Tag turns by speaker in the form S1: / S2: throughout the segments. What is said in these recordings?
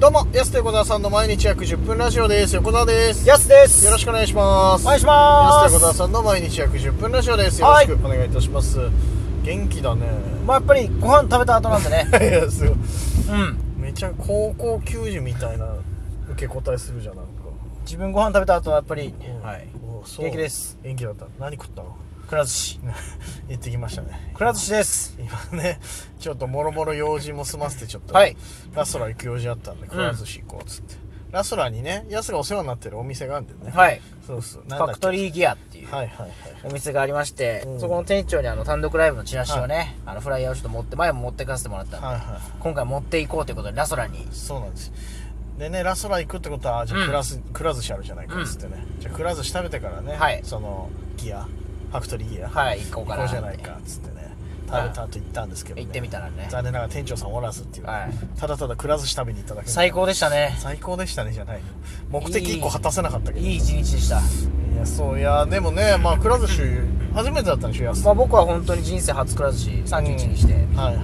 S1: どうも、安手小沢さんの毎日約10分ラジオです。横澤です。
S2: やすです
S1: よろし
S2: く
S1: くお願いします。
S2: お願いしま
S1: 安手
S2: す
S1: 小沢さんの毎日約10分ラジオです。よろ
S2: は
S1: し
S2: い
S1: くお願いいたします。元気だね。
S2: まあやっぱりご飯食べた後なんで ね
S1: いや、すごい。
S2: うん
S1: めちゃ高校球児みたいな受け答えするじゃん、なんか。
S2: 自分ご飯食べた後はやっぱり、はい
S1: おそう
S2: 元気です
S1: 元気だった。何食ったの
S2: くら 寿司
S1: 行ってきましたね。
S2: くら寿司です
S1: 今ね、ちょっともろもろ用事も済ませて、ちょっと、
S2: はい
S1: ラストラ行く用事あったんで、くら寿司行こうっつって。ラストラにね、安がお世話になってるお店があるんだよね。
S2: はい
S1: そうそう。
S2: ファクトリーギアっていう
S1: はいはいはい。
S2: お店がありまして、
S1: うん
S2: そこの店長にあの単独ライブのチラシをね、あのフライヤーをちょっと持って前も持ってかせてもらったんで、
S1: はいはい。
S2: 今回持っていこうということでラソラに
S1: そうなんです。でね、ラストラ行くってことは、じゃ
S2: う
S1: あ
S2: ん
S1: くらす、くら寿司あるじゃないかっつってね。じゃあくら寿司食べてからね、
S2: はい
S1: そのギア、ファクトリーギア、
S2: はい行こう
S1: 行
S2: か
S1: こ
S2: な
S1: う
S2: っ
S1: じ
S2: て
S1: ゃないかっつってね。食べた後行ったんですけど、ね。
S2: 行ってみたらね
S1: 残念ながら店長さんおらずっていう、
S2: はい
S1: ただただくら寿司食べに行っただけ
S2: 最
S1: 高。
S2: 高でしたね
S1: 最高でしたねじゃないよ目的一個果たせなかったけど
S2: いい一日でした、
S1: いやそういやでもねまあくら寿司初めてだったんでしょ安
S2: まあ、僕は本当に人生初くら寿司31にして、
S1: はいはいはい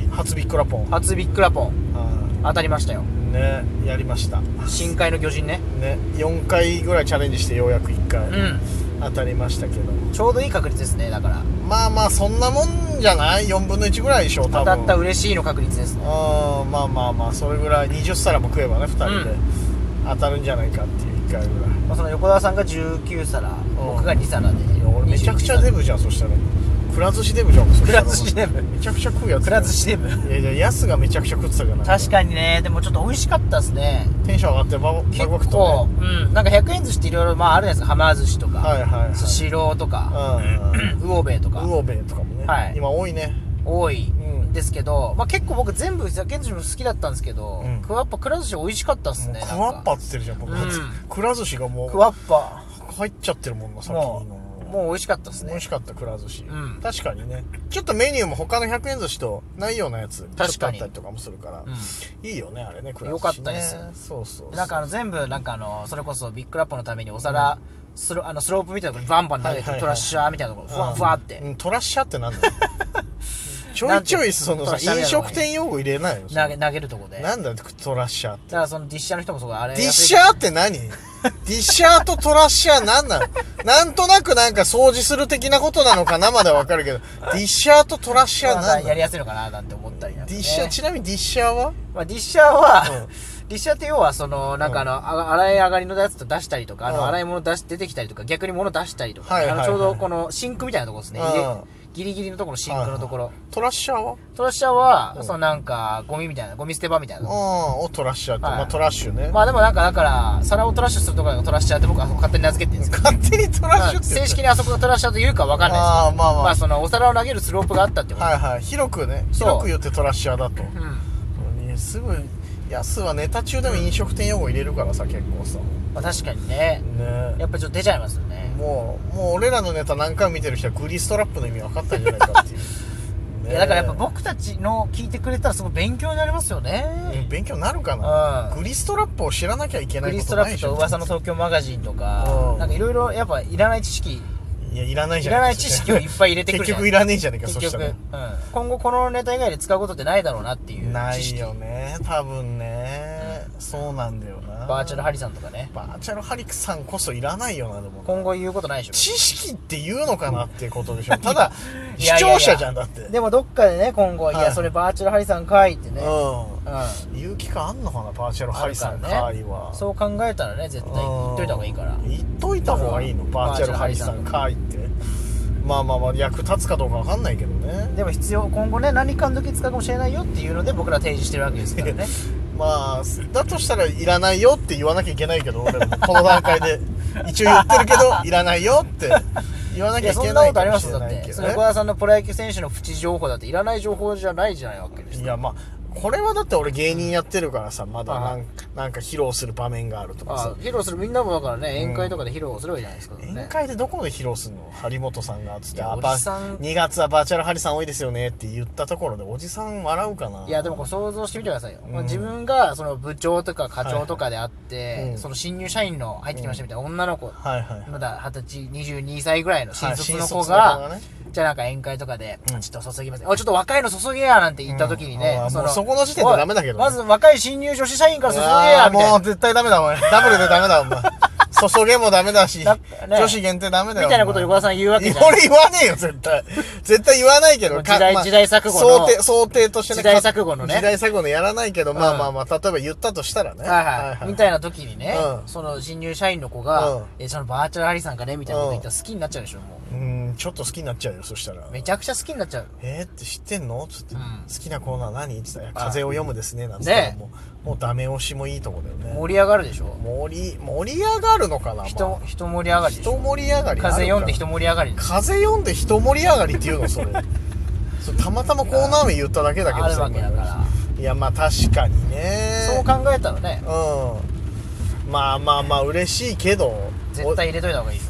S1: び初ビックラポン
S2: 初ビッグラポン
S1: は
S2: 当たりましたよ
S1: いねやりました
S2: 深海の魚人ね
S1: ね4回ぐらいチャレンジしてようやく1回
S2: うん
S1: 当たりましたけど、
S2: ちょうどいい確率ですねだから
S1: まあまあそんなもんじゃない4分の1ぐらいでしょ多分
S2: 当たった
S1: う
S2: 嬉しいの確率ですね
S1: んまあまあまあそれぐらい20皿も食えばね2人で
S2: うん
S1: 当たるんじゃないかっていう1回ぐらい
S2: まあその横澤さんが19皿僕が2皿で
S1: いや俺めちゃくちゃ
S2: で
S1: デブじゃんそしたらくら寿司デブじゃんそしたら
S2: くら寿司デブ
S1: めちゃくちゃ食うやつ
S2: くら寿司デブ
S1: いやいやヤスがめちゃくちゃ食ってたじゃない
S2: 確かにねでもちょっと美味しかったですね
S1: テンション上がってババ
S2: 結
S1: バク
S2: 構
S1: と、
S2: うん、なんか100円寿司っていろいろまああるじゃないですかはま寿司とか、
S1: ねはいはいはい
S2: スシローとか、
S1: うん
S2: うおべとか
S1: ウオベとかもね、
S2: はい
S1: 今多いね
S2: 多い
S1: うん
S2: ですけど、まあ、結構僕全部100円寿司も好きだったんですけど、
S1: うん
S2: クワッパくら寿司美味しかったっす
S1: もう
S2: ね
S1: クワッパっ
S2: なんか
S1: つってるじゃん、僕
S2: うん
S1: くら寿司がも
S2: ク
S1: う
S2: ワッパ
S1: 入っちゃってるもんな先に
S2: もうもう
S1: う
S2: 美味しかったです
S1: 美
S2: ね
S1: 味しかったくら寿司、
S2: うん
S1: 確かにねちょっとメニューも他の100円寿司とないようなやつ
S2: 確かに
S1: ちょっとあったりとかもするから、
S2: うん
S1: いいよねあれねくら寿司ね
S2: よかったです
S1: そうそうそう
S2: なんかあの全部なんかあのそれこそビッグラップのためにお皿、スロあのスロープみたいなとこにバンバン投げ
S1: は
S2: て、
S1: いはいはい
S2: トラッシャーみたいなところふわふわって、
S1: うん、トラッシャーってなんだよちょいちょいその
S2: な
S1: さ
S2: んてトラッシャーみたいなのがい
S1: 飲食店用語
S2: い
S1: 入れないの
S2: 投げ投げるとこでだか
S1: なんだよトラッシャーって
S2: らそのディッシャーの人もそこあれ
S1: ディッシャーって何ディッシャーとトラッシャー何なのなんとなくなんか掃除する的なことなのかなまだわかるけど、ディッシャーとトラッシャー
S2: まあ
S1: 何な
S2: や
S1: の
S2: りやすいのかななんて思ったりなんか
S1: ディ
S2: ね
S1: ッシャー、ちなみにディッシャーは
S2: まあ、ディッシャーは、
S1: うん
S2: ディッシャーって要はそのなんかあの、あ洗い上がりのやつと出したりとか、あ
S1: うん
S2: の洗い物出し出てきたりとか逆に物出したりとか、
S1: はいはいはい
S2: あのちょうどこのシンクみたいなところですね、
S1: うん
S2: 入れギリギリのところのシンクのところ、
S1: トラッシャーは
S2: トラッシャーは、
S1: うん
S2: そのなんかゴミみたいなゴミ捨て場みたいなとこ
S1: うん、をトラッシャーって、
S2: はい
S1: まあトラッシュね。
S2: まあでもなんかだから皿をトラッシュするところがトラッシャーって僕は勝手に名付けてるんですけど
S1: 勝手にトラッシュって言
S2: 正
S1: って
S2: 式にあそこがトラッシャーというかわかんないです
S1: あーまあまあ
S2: まあそのお皿を投げるスロープがあったってこと、
S1: はいはい。広くね、
S2: そう
S1: 広く言ってトラッシャーだと。
S2: うん
S1: ねすぐ、安はネタ中でも飲食店用語入れるからさ、結構さ。
S2: まあ確かにね
S1: ね
S2: やっぱちょっと出ちゃいますよね
S1: もう、もう俺らのネタ何回も見てる人はグリストラップの意味分かったんじゃないかっていう。ね
S2: いやだからやっぱ僕たちの聞いてくれたらすごい勉強になりますよね、
S1: 勉強になるかな、
S2: うん
S1: グリストラップを知らなきゃいけな
S2: ク
S1: い
S2: リ
S1: こ
S2: ス
S1: と
S2: トラ
S1: な
S2: ッ
S1: い
S2: プ
S1: じゃ
S2: と
S1: ん
S2: 噂の東京マガジンと
S1: う
S2: か
S1: ん
S2: なんかいろいろやっぱいらない知識
S1: いやいらない
S2: い
S1: じゃ
S2: ら
S1: ん
S2: ない知識をいっぱい入れてくる
S1: 結
S2: じゃん
S1: 局いらねえじゃねえか
S2: 結
S1: そ
S2: 局
S1: したら
S2: うん、今後このネタ以外で使うことってないだろうなっていう
S1: な
S2: 知
S1: い
S2: 識
S1: よね多分ね、そうなんだよな
S2: バーチャルハ
S1: リ
S2: リさんとかね
S1: バーチャルハリクさんこそいらないよなでも
S2: 今後言うことないでしょ
S1: 知識って言うのかなっていうこと でしょただ
S2: い
S1: 視
S2: やいやいや
S1: 聴者じゃんだって
S2: でもどっかでね今後、い、
S1: は
S2: や
S1: い
S2: それバーチャルハリさんかいってね、うん
S1: うん言う機会あんのかなバーチャルハリさん
S2: あ
S1: 会
S2: るから
S1: は、
S2: そう考えたらね絶対言っといた方がいいから
S1: 言っといた方がいいのバーチャルハリさん会ってまあまあまあ役立つかどうかわかんないけどね
S2: でも必要今後ね何かの時使うかもしれないよっていうので僕ら提示してるわけで すからね
S1: まあだとしたらいらないよって言わなきゃいけないけど俺もこの段階 で一応言ってるけどいらないよって言わなきゃ
S2: いや
S1: い
S2: そ
S1: け
S2: んな
S1: な
S2: こ
S1: い
S2: と
S1: か
S2: あり
S1: も
S2: ます
S1: し
S2: よ
S1: れ
S2: だっ
S1: ないけ
S2: て
S1: ど
S2: それ
S1: ね
S2: 小田さんのプロ野球選手のプチ情報だっていらない情報じゃないじゃないわけです
S1: い
S2: よ
S1: やまあこれはだって俺芸人やってるからさまだなんかなんか披露する場面があるとか
S2: あ
S1: さ
S2: 披露するみんなもだからね宴会とかで披露すればいいじゃないですか、ね
S1: 宴会でどこで披露するの張本さんがつっ
S2: い
S1: て「
S2: や
S1: あバ
S2: おじさん
S1: 2月はバーチャルハリさん多いですよね」って言ったところでおじさん笑うかない
S2: いやでもこう想像してみてくださいよ、ま
S1: う
S2: あ
S1: ん
S2: 自分がその部長とか課長とかであって、
S1: いうん
S2: その新入社員の入ってきましたみたいな女の子、
S1: はいはい
S2: まだ二十歳22歳ぐらいの新卒の子
S1: はい新卒の子が
S2: が
S1: ね
S2: じゃあなんか宴会とかで、
S1: うん
S2: ちょっと注ぎます。おいちょっと若いの注げやなんて言った時にね。
S1: うんあー
S2: の
S1: もうそこの時点でダメだけどね
S2: おいまず若い新入女子社員から注げ
S1: あ
S2: や
S1: ー
S2: みたい
S1: も
S2: な
S1: う。絶対ダメだ、お前。ダブルでダメだ、お 前。注げもダメだし、
S2: だね
S1: 女子限定ダメだよ。
S2: みたいなことを横田さん言うわけじゃん。
S1: 俺言わねえよ、絶対。絶対言わないけど、
S2: 時代
S1: まあ
S2: 時代錯誤の
S1: 想定、想定として
S2: 時代錯誤のね
S1: 時代錯誤のやらないけど、ま
S2: う
S1: あ
S2: ん
S1: まあまあ、例えば言ったとしたらね。
S2: はいはい。みたいな時にね、
S1: うん
S2: その新入社員の子が、
S1: うん
S2: えそのバーチャルハリさんがね、みたいなこと言ったら好きになっちゃうでしょ、も
S1: うーん、ちょっと好きになっちゃうよ、そしたら
S2: う。。めちゃくちゃ好きになっちゃう。
S1: えーって知ってんのつって、
S2: うん
S1: 好きなコーナー何って言ったら、風を読むですね、なんて言ったら
S2: ね
S1: もう、もうダメ押しもいいとこだよね。
S2: 盛り上がるでしょ。
S1: 盛り、盛り上がるのかな、ま
S2: 人
S1: あ、
S2: 人盛り上がりでし
S1: 人
S2: ょ。
S1: 盛り上がりあるか
S2: 風読んで人盛り上がりでしょ
S1: 風読んで人盛り上がりっていうの、そ れ。それたまたまコーナー名言っただけだけど
S2: あるわけだから。
S1: いや、まあ確かにね。
S2: そう考えたらね、
S1: うんまあまあまあ嬉しいけど
S2: 絶対入れといた方がいいよ。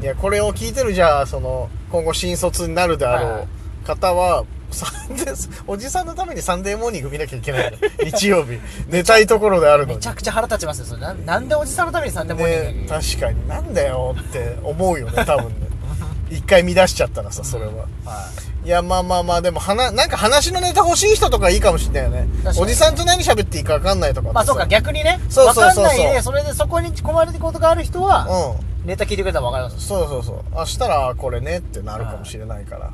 S1: おいやこれを聞いてるじゃあその今後新卒になるであ
S2: はいは
S1: ろう方はサンデーおじさんのためにサンデーモーニング見なきゃいけないの日曜日寝たいところであるの
S2: め
S1: に
S2: ちゃくちゃ腹立ちますよ、それ。なんなんでおじさんのために3でもいいの
S1: ね
S2: に。
S1: 確かになんだよって思うよね多分ね一回見出しちゃったらさそれは、
S2: はい
S1: やまあまあまあでも話なんか話のネタ欲しい人とかいいかもしれないよね
S2: 確かに
S1: おじさんと何喋っていいか分かんないとかって
S2: い。
S1: さ
S2: まあそうか、逆にね。
S1: そうそうそうそう
S2: わかんないで、それでそこに困ることがある人は、
S1: うん
S2: ネタ聞いてくれたらわかります
S1: そ
S2: よ。
S1: うそうそうあしたらこれねってなるかもしれないから、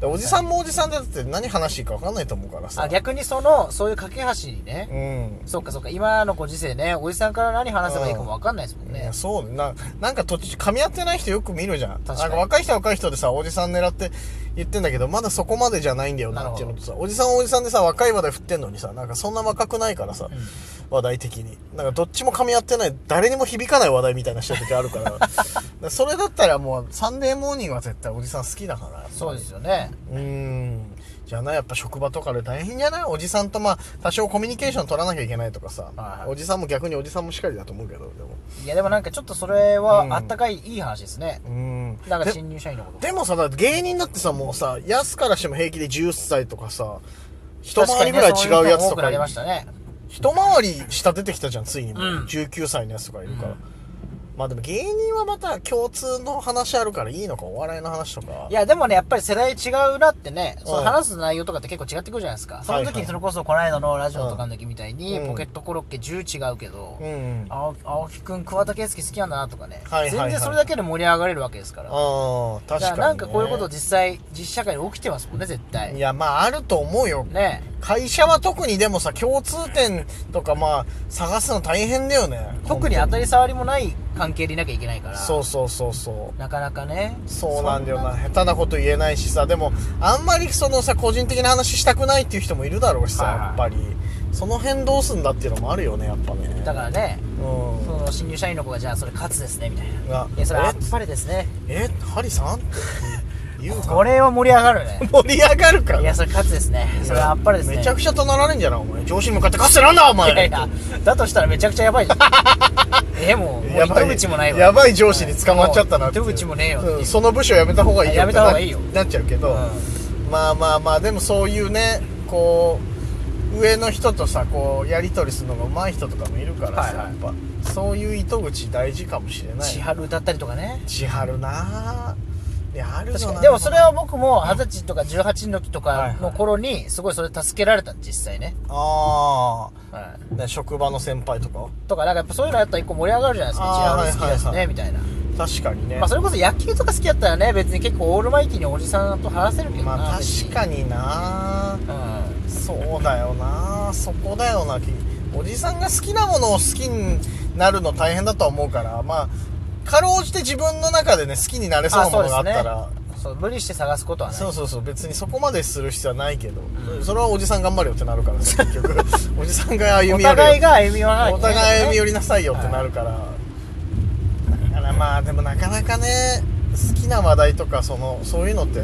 S1: でおじさんもおじさんでだって何話していいか分かんないと思うからさ
S2: あ逆にそのそういう架け橋にね、
S1: うん
S2: そっかそっか今のご時世ねおじさんから何話せばいいかも分かんないですもん
S1: い
S2: ね
S1: や、そうねななんか途中噛み合ってない人よく見るじゃん
S2: 確かに
S1: なんか若い人は若い人でさおじさん狙って言ってんだけどまだそこまでじゃないんだよ
S2: なる
S1: なっ
S2: ほ
S1: て
S2: ど
S1: いうのとさおじさんはおじさんでさ若い話題振ってんのにさなんかそんな若くないからさ、
S2: ん
S1: 話題的になんかどっちも噛み合ってない誰にも響かない話題みたいなしてる時あるからだから それだったらもう「サンデーモーニング」は絶対おじさん好きだから
S2: そうですよね
S1: うーん。じゃあな、やっぱ職場とかで大変じゃないおじさんとまあ、多少コミュニケーション取らなきゃいけないとかさ、
S2: はい
S1: おじさんも逆におじさんもしかりだと思うけど、でも。
S2: いやでもなんかちょっとそれは
S1: うん
S2: あったかい、いい話ですね
S1: うーん。
S2: なんか
S1: で
S2: 新入社員のこと
S1: でもさ、だって芸人だってさ、もうさ、安からしても平気で10歳とかさ、一
S2: 確か
S1: 回り
S2: に
S1: ぐ
S2: ね
S1: らい違うやつ
S2: そういう
S1: と
S2: 人も多く
S1: か
S2: なり、ましたね
S1: 一回り下出てきたじゃん、ついにもう。
S2: うん
S1: 19歳のやつとかいるから。
S2: うん
S1: まあでも芸人はまた共通の話あるからいいのか、お笑いの話とか。
S2: いやでもねやっぱり世代違うなってねその
S1: うん
S2: 話す内容とかって結構違ってくるじゃないですかその時にそれこそこの間のラジオとかの時みたいに
S1: うん
S2: ポケットコロッケ10違うけど、
S1: うんうん。あ
S2: 青木青木くん桑田佳祐好きなんだなとかね、
S1: はいはいはい
S2: 全然それだけで盛り上がれるわけですから
S1: あー、確
S2: だ
S1: か
S2: か
S1: に、
S2: ら
S1: ね。
S2: なんかこういうこと実際実社会で起きてますもんね絶対
S1: いや、まああると思うよ。
S2: ね
S1: 会社は特にでもさ共通点とかまあ探すの大変だよね
S2: 特に当たり障りもない関係でいなきゃいけないから
S1: そうそうそうそう
S2: なかなかね
S1: そうなんだよな
S2: そん
S1: 下手なこと言えないしさでもあんまりそのさ個人的な話したくないっていう人もいるだろうしさ、
S2: はいはい
S1: やっぱりその辺どうすんだっていうのもあるよねやっぱね
S2: だからね
S1: うん
S2: その新入社員の子がじゃあそれ勝つですねみたいな
S1: あ
S2: いやそれあっぱれですね
S1: えハリさんって言う
S2: こ
S1: か
S2: れは盛り上がるね
S1: 盛り上がるから
S2: いやそれ勝つですねそれあっぱれですね
S1: めちゃくちゃ怒鳴られんじゃないお前上司に向かって勝つなんだお前
S2: いやいやだとしたらめちゃくちゃやばいじゃん えもうもう糸口もないわ
S1: やばい上司に捕まっちゃったなっていう
S2: もう糸口もねえよっていう
S1: うんその部署やめた方がいいよって
S2: やめた方がいいよ
S1: なっちゃうけど、
S2: う
S1: まあまあまあでもそういうねこう上の人とさこうやり取りするのが上手い人とかもいるからさ、
S2: はいはい
S1: やっぱそういう糸口大事かもしれない
S2: 千春歌ったりとかね
S1: 千春なあいやある
S2: 確
S1: の
S2: か
S1: な
S2: にでもそれは僕も二十歳とか18の時と
S1: はい
S2: か
S1: はい
S2: の頃にすごいそれ助けられた実際ね、
S1: あ
S2: はい
S1: あで職場の先輩とか
S2: とか、なんかやっぱそういうのやったら一個盛り上がるじゃないです
S1: あー
S2: か。違う好きです
S1: はいはいは
S2: ね、みたいな。
S1: 確かにね
S2: まあそれこそ野球とか好きだったらね、別に結構オールマイティにおじさんと話せるけどな。
S1: まあ確かにな
S2: に。
S1: そうだよなそこだよなきおじさんが好きなものを好きになるの大変だとは思うからまあかろうじて自分の中でね好きになれそうなものがあったら
S2: うん。そう、無理して探すことはない。
S1: そう,、そうそう別にそこまでする必要はないけど、
S2: うん
S1: それはおじさん頑張れよってなるからさ結 局おじさんが歩
S2: お
S1: み寄
S2: 互い
S1: り
S2: が歩み寄らない
S1: お互い歩み寄
S2: り。
S1: りなさいよってなるから、だからまあでもなかなかね好きな話題とかそのそういうのって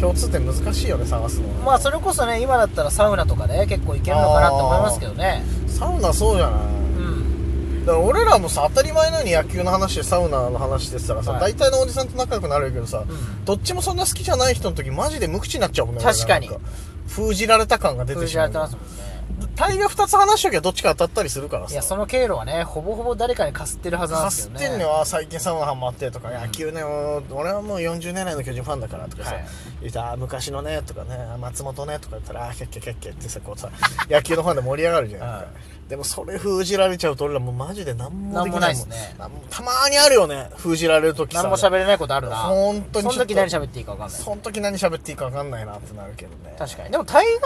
S1: 共通点難しいよね探すのはね
S2: まあそれこそね、今だったらサウナとかね、結構いけるのかなって思いますけどね。
S1: サウナそうじゃない、
S2: うん。
S1: だから俺らもさ当たり前のように野球の話でサウナの話してたらさ、
S2: はい
S1: 大体のおじさんと仲良くなれるけどさ、
S2: ん
S1: どっちもそんな好きじゃない人の時マジで無口になっちゃうもんね
S2: 確かに
S1: 俺らなん封じられた感が出て
S2: 封
S1: し
S2: じ
S1: ま
S2: ら
S1: う
S2: れてますもんね。
S1: 大概2つ話しときゃどっちか当たったりするからさ
S2: いや、その経路はね、ほぼほぼ誰かにかすってるはずなん
S1: か
S2: です
S1: す
S2: よ
S1: っ
S2: ね。
S1: てんのよ、あ最近サウナハマってとか、
S2: うん
S1: 野球ね、もう俺はもう40年来の巨人ファンだからとかさ、
S2: はい
S1: 言ったらあ昔のねとかね、あ松本ねとか言ったら、あ、キャッキャッキャッキャッってさ、こうさ、野球のファンで盛り上がるじゃないですか。でもそれ封じられちゃうと俺らもうマジで何もできないもん
S2: なんもないっすね
S1: なんもたまーにあるよね、封じられるときさ。
S2: 何も喋れないことあるな。
S1: 本当に
S2: その時何喋っていいか分かんない。
S1: その時何喋っていいか分かんないなってなるけどね。
S2: 確かに。でも大概ね、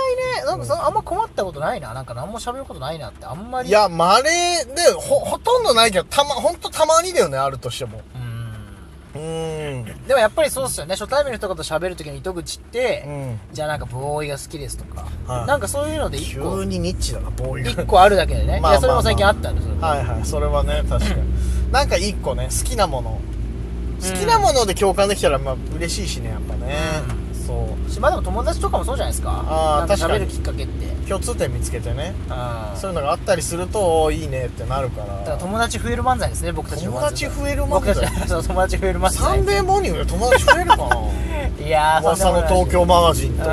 S2: なんかそのあんま困ったことないな。なんか何も喋ることないなって、あんまり。
S1: い、や、まれで、ほ、ほとんどないけど、たま、ほんとたまにだよね、あるとしても。
S2: うーん。
S1: うーん。
S2: でもやっぱりそうっすよね。初対面の人と喋る時の糸口って、
S1: うん。
S2: じゃあなんかボーイが好きですとか、
S1: はい
S2: なんかそういうので一個
S1: 急、にニッチだな、ボーイ
S2: 一個あるだけでね。
S1: まあ
S2: いや、それも最近あったんですよ。
S1: が。はいはい、それはね、確かに。なんか一個ね、好きなもの。好きなもので共感できたら、まあ、嬉しいしね、やっぱね。そう。
S2: しまあでも友達とかもそうじゃないですか。
S1: あー
S2: なん
S1: 確か
S2: 喋
S1: に
S2: るきっかけって。
S1: 共通点見つけてね。
S2: あ
S1: そういうのがあったりすると、おーいいねってなるか
S2: だから
S1: ら。
S2: 友達増える漫才ですね、僕たちの
S1: 友
S2: 漫才
S1: 達増えるもん
S2: 僕
S1: だ
S2: た
S1: よ。
S2: ち、そう友達増える漫
S1: サン
S2: 才。
S1: デーモーニングで友達増えるか な
S2: いやー、
S1: 噂の東京マガジンと。
S2: うん。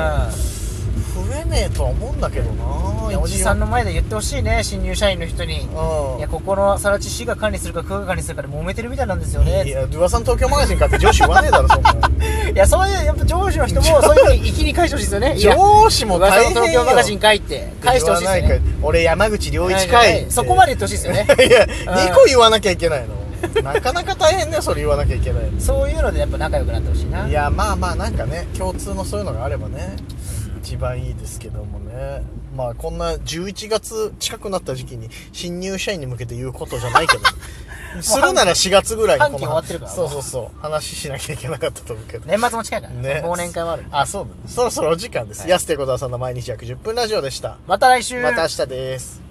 S1: 増えねえとは思うんだけど
S2: い
S1: な
S2: やおじさん
S1: の
S2: の前で言ってほしいね新入社員の人に、
S1: うん
S2: いやここの更地市が管理するか区が管理するかで揉めてるみたいなんですよね
S1: いや噂の東京マガジンかって上司言わねえだろそんな
S2: いやそういうやっぱ上司の人もそういうふうに粋に返してほしいですよねいや
S1: 上司も大
S2: 噂の
S1: 変よ
S2: 東京マガジン書いて返してほしいですよ
S1: 言わ
S2: ね
S1: ないか俺山口良一
S2: は
S1: か
S2: いはい
S1: い
S2: はいそこまで言ってほしいですよね
S1: いや
S2: うん
S1: 2個言わなきゃいけないのなかなか大変だよそれ言わなきゃいけないの
S2: そういうのでやっぱ仲良くなってほしいない
S1: やまあまあなんかね共通のそういうのがあればね一番いいですけどもねまあこんな11月近くなった時期に新入社員に向けて言うことじゃないけ どするなら4月ぐらいにこの
S2: 半期終わってるから
S1: そうそうそう話しなきゃいけなかったと思うけど
S2: 年末も近いから、
S1: ね
S2: 忘年会もある
S1: あそうだねそろそろお時間です、
S2: はい
S1: 安手小沢さんの毎日約10分ラジオでした
S2: また来週
S1: また明日です